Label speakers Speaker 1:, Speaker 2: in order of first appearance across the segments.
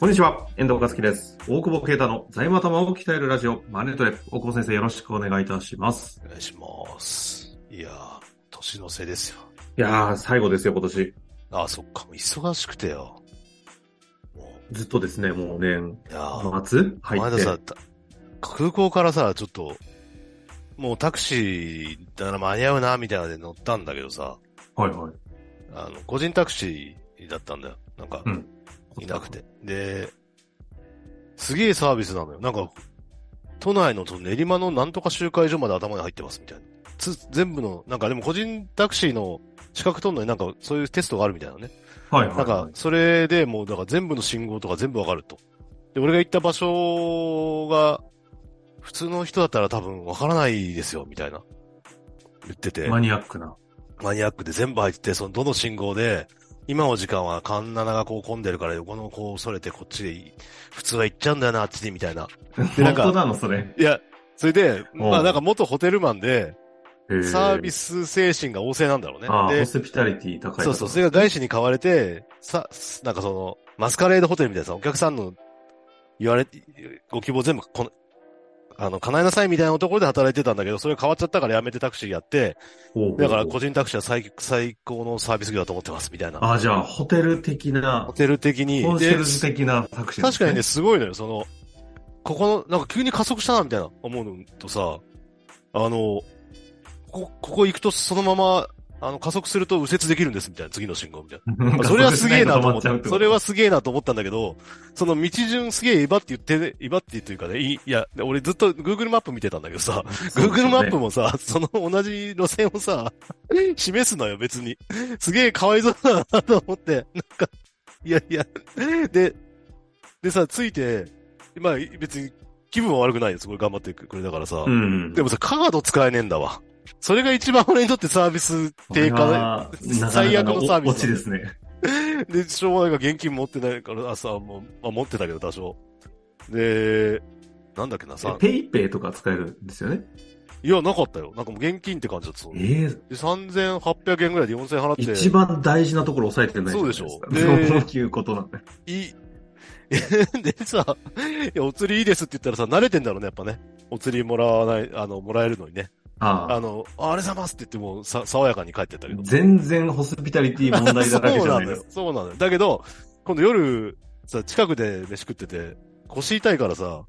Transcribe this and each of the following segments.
Speaker 1: こんにちは、遠藤和樹です。大久保啓太の財務頭を鍛えるラジオ、マネトレ。大久保先生、よろしくお願いいたします。
Speaker 2: お願いします。いやー、年の瀬ですよ。
Speaker 1: いやー、最後ですよ、今年。
Speaker 2: ああ、そっか、忙しくてよ。
Speaker 1: ずっとですね、もう年、
Speaker 2: いや
Speaker 1: 末
Speaker 2: 入って。前田さん、空港からさ、ちょっと、もうタクシーだから間に合うな、みたいなので乗ったんだけどさ。
Speaker 1: はいはい。
Speaker 2: あの、個人タクシーだったんだよ。なんか、うん、いなくて。で、すげえサービスなのよ。なんか、都内の練馬のなんとか集会所まで頭に入ってますみたいな。つ、全部の、なんかでも個人タクシーの資格取るのになんかそういうテストがあるみたいなね。
Speaker 1: はい、はい、
Speaker 2: なんか、それでもう、だから全部の信号とか全部わかると。で、俺が行った場所が、普通の人だったら多分わからないですよ、みたいな。言ってて。
Speaker 1: マニアックな。
Speaker 2: マニアックで全部入ってて、そのどの信号で、今の時間は環7がこう混んでるから横のこうそれてこっちで、普通は行っちゃうんだよな、あっちにみたいな。
Speaker 1: で、なんか。本当なの、それ。
Speaker 2: いや、それで、まあなんか元ホテルマンで、サービス精神が旺盛なんだろうね。
Speaker 1: ああ、ホスピタリティ高い。
Speaker 2: そうそう、それが外資に買われて、さ、なんかその、マスカレードホテルみたいなさ、お客さんの、言われ、ご希望全部この、あの、叶えなさいみたいなところで働いてたんだけど、それ変わっちゃったからやめてタクシーやって、だから個人タクシーは最最高のサービス業だと思ってます、みたいな。
Speaker 1: あ、じゃあ、ホテル的な。
Speaker 2: ホテル的に。
Speaker 1: コンシェルジュ的なタクシー、
Speaker 2: ね、確 かにね、すごいのよ、その、ここの、なんか急に加速したな、みたいな思うのとさ、あの、こ、ここ行くとそのまま、あの、加速すると右折できるんです、みたいな、次の信号、みたいな。まあ、それはすげえなと思った。それはすげえなと思ったんだけど、その道順すげええばって言って、えばってというかね、いや、俺ずっと Google マップ見てたんだけどさ、ね、Google マップもさ、 その同じ路線をさ、 示すのよ、別に。すげえかわいそうだなと思って、なんか、いやいや、で、でさ、ついて、まあ別に気分は悪くないよ、すごい頑張ってくれたからさ、
Speaker 1: うん、
Speaker 2: でもさ、カード使えねえんだわ。それが一番俺にとってサービス低下
Speaker 1: で、最悪のサービス。落ちですね。
Speaker 2: で、しょうがないから現金持ってないから、あ、さ、もう、まあ、持ってたけど多少。で、なんだっけな、さ。
Speaker 1: ペイペイとか使えるんですよね
Speaker 2: いや、なかったよ。なんかもう現金って感じだった。
Speaker 1: ええー。
Speaker 2: で、3800円ぐらいで4000円払って。
Speaker 1: 一番大事なところ押さえてない
Speaker 2: そうでしょ。
Speaker 1: で、そういうことなんだよ。
Speaker 2: い、 でさ、いや、お釣りいいですって言ったらさ、慣れてんだろうね、やっぱね。お釣りもらわない、あの、もらえるのにね。
Speaker 1: ああ
Speaker 2: あの、あれざますって言ってもさ、爽やかに帰ってったけど。
Speaker 1: 全然ホスピタリティ問題だらけじゃない
Speaker 2: そうなのよ。そうなのよ。だけど、今度夜、さ、近くで飯食ってて、腰痛いからさ、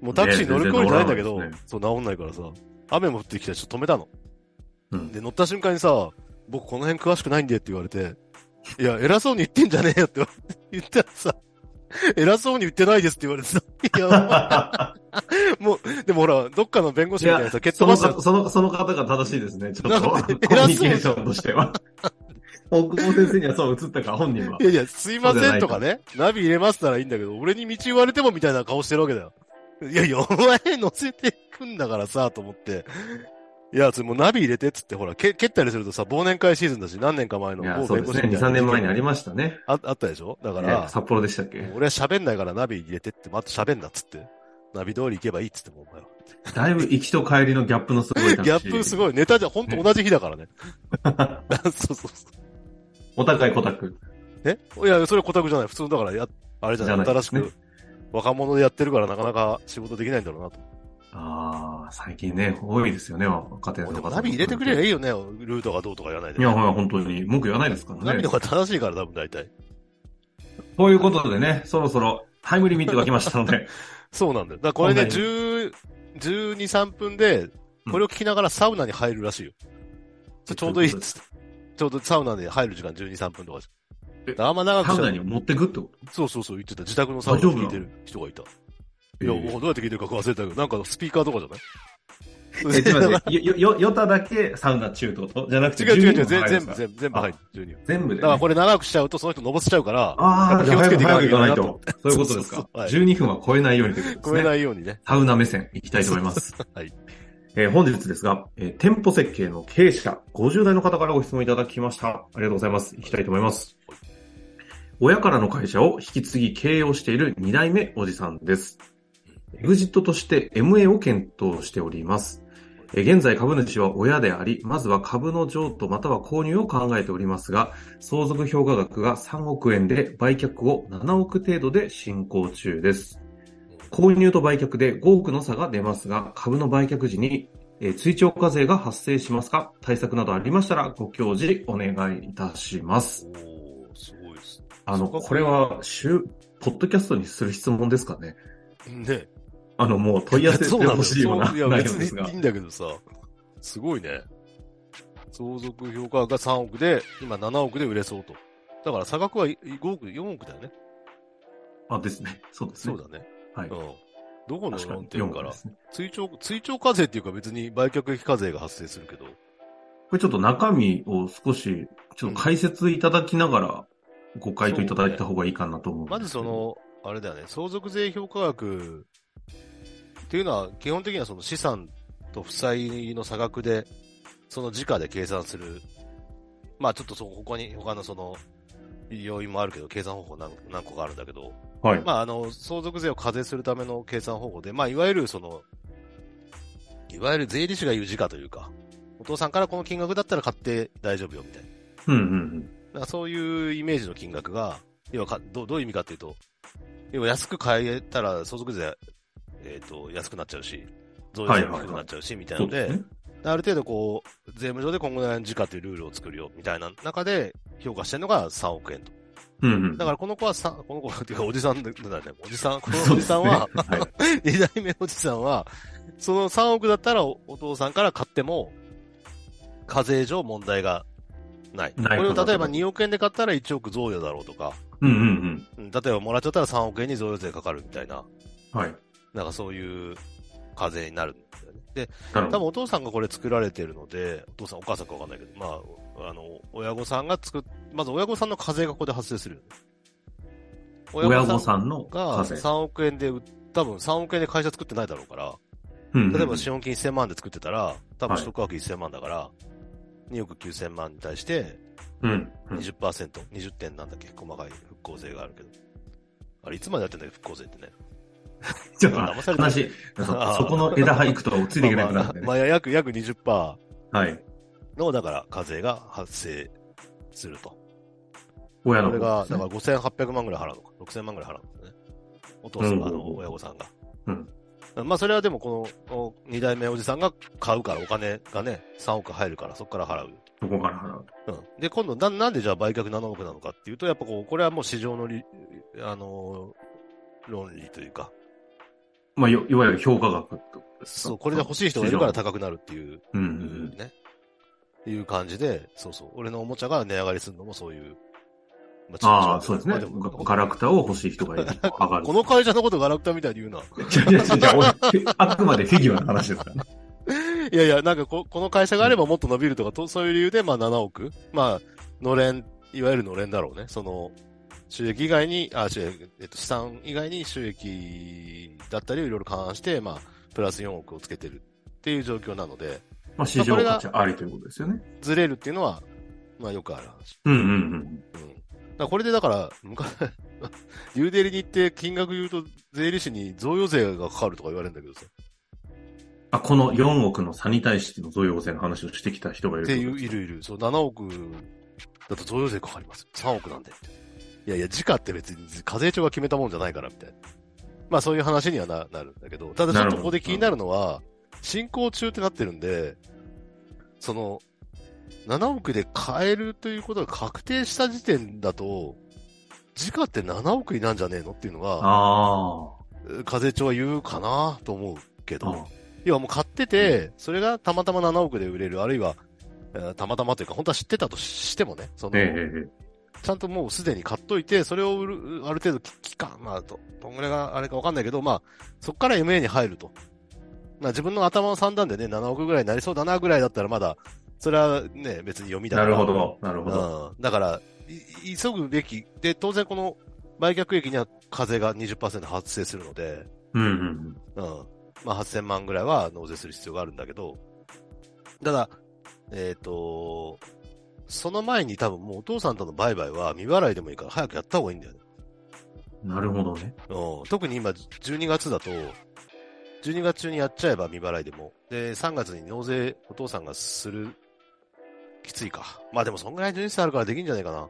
Speaker 2: もうタクシー乗る声じゃないんだけど、ね、そう、治んないからさ、雨も降ってきてちょっと止めたの。
Speaker 1: うん、
Speaker 2: で、乗った瞬間にさ、僕この辺詳しくないんでって言われて、いや、偉そうに言ってんじゃねえよって言ったらさ、偉そうに言ってないですって言われてた。いや、 もう、でもほら、どっかの弁護士みたいなさ、
Speaker 1: 結婚その、その、その方が正しいですね。ちょっと、コミュニケーションとしては。 大久保先生にはそう映ったか、本人は。
Speaker 2: いやいや、すいませんとかね、ナビ入れますならいいんだけど、俺に道言われてもみたいな顔してるわけだよ。いやいや、お前乗せてくんだからさ、と思って。いや、もうナビ入れてっつって、ほら、け蹴ったりするとさ、忘年会シーズンだし、何年か前の
Speaker 1: 某弁護士みたいな。そうですね、2、3年前にありましたね。
Speaker 2: ああったでしょだから、
Speaker 1: 札幌でしたっけ
Speaker 2: 俺は喋んないからナビ入れてって、また喋んなっつって。ナビ通り行けばいいっつっても、お前は。
Speaker 1: だいぶ行きと帰りのギャップのすごい
Speaker 2: ギャップすごい。ネタじゃ、ほんと同じ日 だからね。 そうそうそう。
Speaker 1: お高いコタク。
Speaker 2: えいや、それコタクじゃない。普通だからや、あれじゃない。ない新しく、ね、若者でやってるからなかなか仕事できないんだろうなと。
Speaker 1: ああ、最近ね、多いですよね、若手
Speaker 2: の方。ナビ入れてくればいいよね、ルートがどうとか言わないで。
Speaker 1: いや、ほら、本当に。文句言わないですからね。
Speaker 2: ナビの方が正しいから、多分大体。
Speaker 1: ということでね、そろそろタイムリミットが来ましたので。
Speaker 2: そうなんだよ。だこれね、10、12、3分で、これを聞きながらサウナに入るらしいよ。うん、ちょうどいいっつって。ちょうどサウナで入る時間12、3分とか
Speaker 1: あんま長くサウナに持ってくってこと
Speaker 2: そうそうそう、言ってた。自宅のサウナに聞いてる人がいた。いや、もうどうやって聞いてるか忘れたけど、なんかスピーカーとかじゃない
Speaker 1: え、ちょっと待って、よ、よ、よただけサウナ中ってことじゃなくて、
Speaker 2: 違う違う違う、全部、全部、全部入る。
Speaker 1: 全部
Speaker 2: だからこれ長くしちゃうと、その人のぼせちゃうから、
Speaker 1: ああ、気をつけていかないと。そういうことですか。12分は超えないように
Speaker 2: 超えないようにね。
Speaker 1: サウナ目線いきたいと思います。
Speaker 2: はい。
Speaker 1: え本日ですが、え店舗設計の経営者、50代の方からご質問いただきました。ありがとうございます。いきたいと思います。親からの会社を引き継ぎ経営をしている2代目おじさんです。エグジットとして MA を検討しております。えー現在株主は親であり、まずは株の譲渡または購入を考えておりますが、相続評価額が3億円で売却を7億程度で進行中です。購入と売却で5億の差が出ますが、株の売却時に、えー追徴課税が発生しますか対策などありましたらご教示お願いいたします。
Speaker 2: おーすごいです
Speaker 1: あの、
Speaker 2: そうか
Speaker 1: これは、週、ポッドキャストにする質問ですかね
Speaker 2: ね。ね
Speaker 1: あの、もう問い合わせてほしいような
Speaker 2: そういや、
Speaker 1: 内
Speaker 2: 別
Speaker 1: 容ですが
Speaker 2: にいい。んだけどさ。すごいね。相続評価が3億で、今7億で売れそうと。だから差額は5億、4億だよね。
Speaker 1: あ、ですね。そうです
Speaker 2: そ
Speaker 1: ね
Speaker 2: う。だね。
Speaker 1: はい
Speaker 2: うん。どこの
Speaker 1: 確か
Speaker 2: 論
Speaker 1: に。
Speaker 2: 点
Speaker 1: 4
Speaker 2: か
Speaker 1: からで、すね。
Speaker 2: 追徴、追徴課税っていうか別に売却益課税が発生するけど。
Speaker 1: これちょっと中身を少し、ちょっと解説いただきながら、ご回答いただいた方がいいかなと思うん
Speaker 2: ま
Speaker 1: で
Speaker 2: ず
Speaker 1: すけど
Speaker 2: そ、の、あれだよね、相続税評価額っていうのは、基本的にはその資産と負債の差額で、その時価で計算する。まあちょっとそこ他に、他のその、要因もあるけど、計算方法何何個かあるんだけど、
Speaker 1: はい。
Speaker 2: まああの、相続税を課税するための計算方法で、まあいわゆるその、いわゆる税理士が言う時価というか、お父さんからこの金額だったら買って大丈夫よみたいな。
Speaker 1: うんうんうん。
Speaker 2: なんかそういうイメージの金額が、要はかどうどういう意味かっていうと、要は安く買えたら相続税、えっと安くなっちゃうし、増税も低くなっちゃうし、みた
Speaker 1: そう
Speaker 2: いなので、
Speaker 1: ですね。
Speaker 2: ある程度こう、税務上で今後の時価というルールを作るよ、みたいな中で評価してるのが3億円と。
Speaker 1: うんうん。
Speaker 2: だからこの子はさ、この子はっていうかおじさんだね、おじさん、この
Speaker 1: そ
Speaker 2: お
Speaker 1: う
Speaker 2: じ
Speaker 1: です
Speaker 2: さ
Speaker 1: ね
Speaker 2: んは、
Speaker 1: はい
Speaker 2: 二代目おじさんは、その3億だったらおお父さんから買っても、課税上問題がない。
Speaker 1: ない
Speaker 2: こ
Speaker 1: こ
Speaker 2: れを
Speaker 1: と
Speaker 2: 例
Speaker 1: だ
Speaker 2: えば
Speaker 1: と
Speaker 2: 2億円で買ったら1億贈与だろうとか、
Speaker 1: うんうんうん。
Speaker 2: うん例えばもらっちゃったら3億円に贈与税かかるみたいな、
Speaker 1: はい。
Speaker 2: なんかそういう課税になるんだよね。で、
Speaker 1: な
Speaker 2: 多
Speaker 1: るほ
Speaker 2: 分
Speaker 1: ど。
Speaker 2: お父さんがこれ作られてるので、お父さんお母さんかわかんないけど、まあ、あの、親御さんが作っ、まず親御さんの課税がここで発生するよね。
Speaker 1: 親御さんの
Speaker 2: が
Speaker 1: 課税。
Speaker 2: 3億円で売っ、多分3億円で会社作ってないだろうから、
Speaker 1: うんうん
Speaker 2: 例えば資本金1000万で作ってたら、多分取得額1000万だから、2億9000万に対して
Speaker 1: うんうん。
Speaker 2: 20%、20点なんだっけ、細かい復興税があるけど。あれ、いつまでやってんだっけ、復興税ってね。
Speaker 1: ちょっと
Speaker 2: 騙されて る
Speaker 1: 話、そそこの枝葉行くとついていけなくな
Speaker 2: ま
Speaker 1: る
Speaker 2: あ
Speaker 1: んで
Speaker 2: ま
Speaker 1: ね。
Speaker 2: あ、約、約20%
Speaker 1: はい。
Speaker 2: の、だから、課税が発生すると。
Speaker 1: 親
Speaker 2: こ
Speaker 1: の
Speaker 2: れ
Speaker 1: 方
Speaker 2: が、
Speaker 1: です
Speaker 2: だ
Speaker 1: ね
Speaker 2: から5800万ぐらい払うのか、6000万ぐらい払うんだよね。お父さん、
Speaker 1: うん
Speaker 2: あの、親御さんが。
Speaker 1: うん
Speaker 2: まあ、それはでも、この、お二代目おじさんが買うから、お金がね、3億入るから、そこから払う。
Speaker 1: そこから払う
Speaker 2: うん。で、今度な、なんでじゃあ売却7億なのかっていうと、やっぱこう、これはもう市場のり、あのー論理というか、
Speaker 1: と。まあ、よいわゆる評価額ってことですか
Speaker 2: そう、これで欲しい人がいるから高くなるっていう、
Speaker 1: うんうんうん。
Speaker 2: ね。いう感じで、そうそう。俺のおもちゃが値上がりするのもそういう。まち
Speaker 1: ああ、そうです
Speaker 2: ま
Speaker 1: ね。
Speaker 2: でも
Speaker 1: ガラクタを欲しい人が いると上がる。
Speaker 2: この会社のことガラクタみたいに言うな。
Speaker 1: いやいやいや、俺、あくまでフィギュアの話ですからね。
Speaker 2: いやいや、なんかこ、この会社があればもっと伸びるとか、とそういう理由で、まあ7億。まあ、のれん、いわゆるのれんだろうね。その、収益以外に、あ、収益、えっと、資産以外に収益だったりをいろいろ勘案して、まあ、プラス4億をつけてるっていう状況なので、
Speaker 1: まあ、市場価値ありということですよね。
Speaker 2: ずれるっていうのは、まあよくある話。
Speaker 1: うんうんうん。
Speaker 2: うん。だからこれでだから、昔、 リューデリに行って金額言うと税理士に贈与税がかかるとか言われるんだけどさ。
Speaker 1: あ、この4億の差に対しての贈与税の話をしてきた人がいる
Speaker 2: って
Speaker 1: と
Speaker 2: いう、いるいる。そう、7億だと贈与税かかります。3億なんで。いやいや、時価って別に課税庁が決めたもんじゃないから、みたいな。まあそういう話にはななるんだけど、ただちょ
Speaker 1: な
Speaker 2: っ
Speaker 1: る
Speaker 2: と
Speaker 1: ほど
Speaker 2: ここで気になるのは、進行中ってなってるんで、その、7億で買えるということが確定した時点だと、時価って7億になんじゃねえのっていうのは、
Speaker 1: あ
Speaker 2: 課税庁は言うかなと思うけ
Speaker 1: あ。
Speaker 2: ど。
Speaker 1: あ
Speaker 2: 要はもう買ってて、それがたまたま7億で売れる、あるいは、えーたまたまというか、本当は知ってたとしてもね、その、
Speaker 1: えええ
Speaker 2: ちゃんともうすでに買っといて、それを売る、ある程度き期間、まあ、ど、どんぐらいがあれかわかんないけど、まあ、そこから MA に入ると。まあ自分の頭の算段でね、7億ぐらいになりそうだなぐらいだったらまだ、それはね、別に読み
Speaker 1: え
Speaker 2: だか
Speaker 1: な
Speaker 2: ら。
Speaker 1: るほど、なるほど。
Speaker 2: うん。だから、い急ぐべき。で、当然この売却益には課税が20%発生するので、
Speaker 1: うんうんうん。
Speaker 2: うん。まあ、8000万ぐらいは納税する必要があるんだけど、ただ、えっ、と、その前に多分もうお父さんとの売買は未払いでもいいから早くやった方がいいんだよね。
Speaker 1: なるほどね。
Speaker 2: うん。特に今、12月だと、 12月中にやっちゃえば未払いでも。で、3月に納税お父さんがする、きついか。まあでもそんぐらいのニュースあるからできんじゃないかな。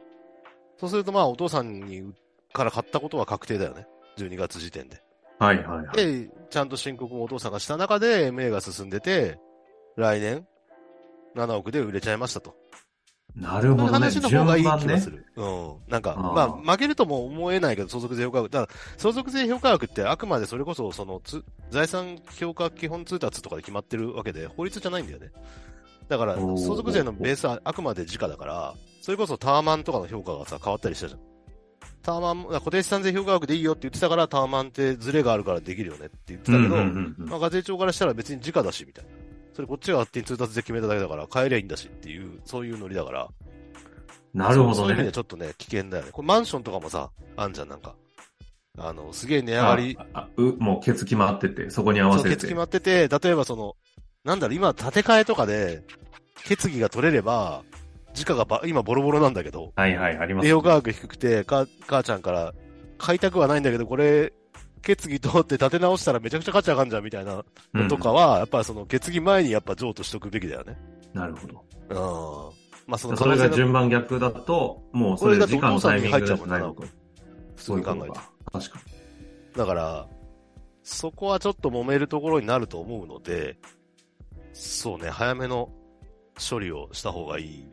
Speaker 2: そうするとまあお父さんにから買ったことは確定だよね。12月時点で。
Speaker 1: はいはいはい。
Speaker 2: で、ちゃんと申告もお父さんがした中で MA が進んでて、来年7億で売れちゃいましたと。
Speaker 1: なるほどね。
Speaker 2: 話の方
Speaker 1: 順
Speaker 2: がいい
Speaker 1: 番
Speaker 2: 気が
Speaker 1: ね
Speaker 2: す。る。うん。なんか、
Speaker 1: あー
Speaker 2: まあ、負けるとも思えないけど、相続税評価額。だから、相続税評価額ってあくまでそれこそ、その、つ財産評価基本通達とかで決まってるわけで、法律じゃないんだよね。だから、
Speaker 1: おー
Speaker 2: 相続税のベースはあくまで時価だから、それこそタワマンとかの評価がさ、変わったりしたじゃん。タワマン、だから固定資産税評価額でいいよって言ってたから、タワマンってズレがあるからできるよねって言ってた
Speaker 1: う
Speaker 2: けど、
Speaker 1: んうんうんうん
Speaker 2: まあ、課税庁からしたら別に直だし、みたいな。それこっちが勝手に通達で決めただけだから、変えりゃいいんだしっていう、そういうノリだから。
Speaker 1: なるほ
Speaker 2: そうそう
Speaker 1: ど
Speaker 2: いう意味で
Speaker 1: ね。
Speaker 2: ちょっとね、危険だよね。これマンションとかもさ、あんじゃん、なんか。あの、すげえ値上がり、
Speaker 1: ああうもうケツ決まってて、そこに合わ
Speaker 2: そう、
Speaker 1: せて。
Speaker 2: ケツ決まってて、例えばその、なんだろう、今建て替えとかで、決議が取れれば、時価がば、今ボロボロなんだけど、
Speaker 1: はいはい、あります、
Speaker 2: 栄養価格低くて、か、母ちゃんから、買いたくはないんだけど、これ、決議通って建て直したらめちゃくちゃ価値上がんじゃんみたいな
Speaker 1: うん
Speaker 2: とかは、やっぱりその決議前にやっぱ譲渡しとくべきだよね。
Speaker 1: なるほど。
Speaker 2: うん。まあその
Speaker 1: それ
Speaker 2: 可能性
Speaker 1: が
Speaker 2: の
Speaker 1: 順番逆だと、もうそれ時間のタイミングでもないのか。
Speaker 2: 普通
Speaker 1: そうい
Speaker 2: に
Speaker 1: う
Speaker 2: 考
Speaker 1: こ
Speaker 2: え
Speaker 1: と
Speaker 2: て。
Speaker 1: か。確か
Speaker 2: だから、そこはちょっと揉めるところになると思うので、そうね、早めの処理をした方がいい。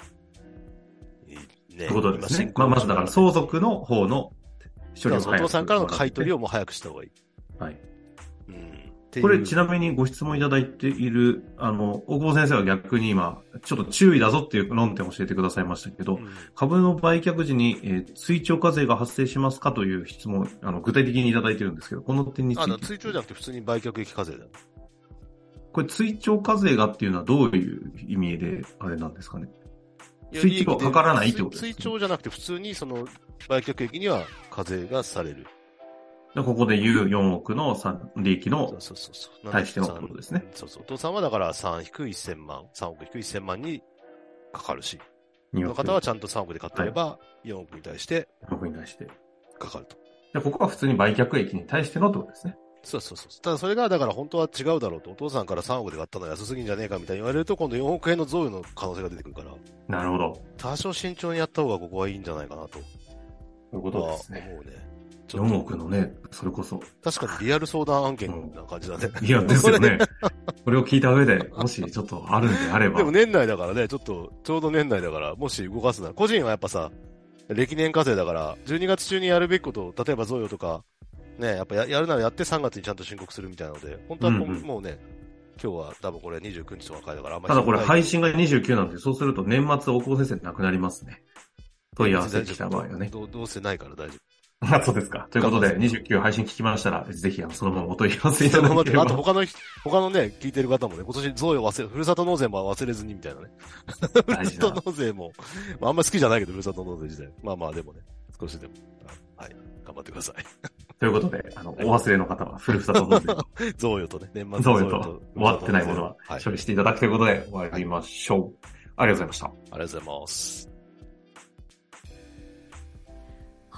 Speaker 2: いいね。
Speaker 1: に。ということですね
Speaker 2: 今進。行
Speaker 1: まあ、
Speaker 2: 中
Speaker 1: まずだから相続の方の処理を
Speaker 2: だからお父さんからの買い取り
Speaker 1: を。
Speaker 2: をもう早くした方がいい。
Speaker 1: はい。
Speaker 2: うん。
Speaker 1: これち
Speaker 2: な
Speaker 1: なみにご質問いただいている、あの、大久保先生は逆に今、ちょっと注意だぞっていう論点を教えてくださいましたけど、株の売却時に、えー追徴課税が発生しますかという質問、あの、具体的にいただいてるんですけど、この点につ
Speaker 2: あの、
Speaker 1: いて、
Speaker 2: 追徴じゃなくて普通に売却益課税だよ。
Speaker 1: これ追徴課税がっていうのはどういう意味で、あれなんですかね。追徴を図らないってことですね
Speaker 2: 追徴じゃなくて普通にその売却益には課税がされる。
Speaker 1: でここで言う4億の三利益
Speaker 2: そ
Speaker 1: の
Speaker 2: うそうそうそう。
Speaker 1: 対してのことですね。
Speaker 2: そうそう。お父さんはだから3引く1000万、3億引く1000万にかかるし、
Speaker 1: 2
Speaker 2: の
Speaker 1: 億
Speaker 2: 方はちゃんと3億で買ってれば、4億に対して
Speaker 1: 4億に対して。
Speaker 2: かかると。
Speaker 1: でここは普通に売却益に対してのってことですね。
Speaker 2: そうそうそう。ただそれが、だから本当は違うだろうと、お父さんから3億で買ったのは安すぎんじゃねえかみたいに言われると、今度4億円の贈与の可能性が出てくるから、
Speaker 1: なるほど。
Speaker 2: 多少慎重にやった方がここはいいんじゃないかなと。
Speaker 1: ということですね。
Speaker 2: 思うね。ちょっと
Speaker 1: 4億のね、それこそ。
Speaker 2: 確かにリアル相談案件な感じだね。
Speaker 1: いや、ですよ ね。これを聞いた上で、 もしちょっとあるんであれば。
Speaker 2: でも年内だからね、ちょっと、ちょうど年内だから、もし動かすなら、個人はやっぱさ、歴年課税だから、12月中にやるべきこと、例えば贈与とか、ね、やっぱややるならやって3月にちゃんと申告するみたいなので、本当はもう,、
Speaker 1: うんうん
Speaker 2: もうね、今日は多分これ29日とか会だから、あんまり
Speaker 1: ただこれ配信
Speaker 2: が
Speaker 1: が29なんで、そうすると年末大久保先生なくなりますね。問い合わせてきた場合はね。
Speaker 2: どうどうせないから大丈
Speaker 1: あ、そうですか。ということで、29配信聞きましたら、ぜひ、あのそのままお問い合わせいただ
Speaker 2: 夫。
Speaker 1: けれ ば。
Speaker 2: あと他の人、他のね、聞いてる方もね、今年贈与忘れ、ふるさと納税も忘れずにみたいなね。
Speaker 1: 大
Speaker 2: ふ
Speaker 1: 事
Speaker 2: るさ
Speaker 1: な
Speaker 2: と納税も、まあ、あんま好きじゃないけど、ふるさと納税自体。まあまあでもね、少しでも、はい、頑張ってください。
Speaker 1: ということで、あの、お忘れの方は、ふるさと納税 の
Speaker 2: 贈与とね、年末
Speaker 1: 贈
Speaker 2: 贈
Speaker 1: 与
Speaker 2: 与
Speaker 1: と
Speaker 2: と。
Speaker 1: 終わってないものは
Speaker 2: はい。あり
Speaker 1: 処理していただくということで、終わりましょう。ありがとうございました。
Speaker 2: がとうございます。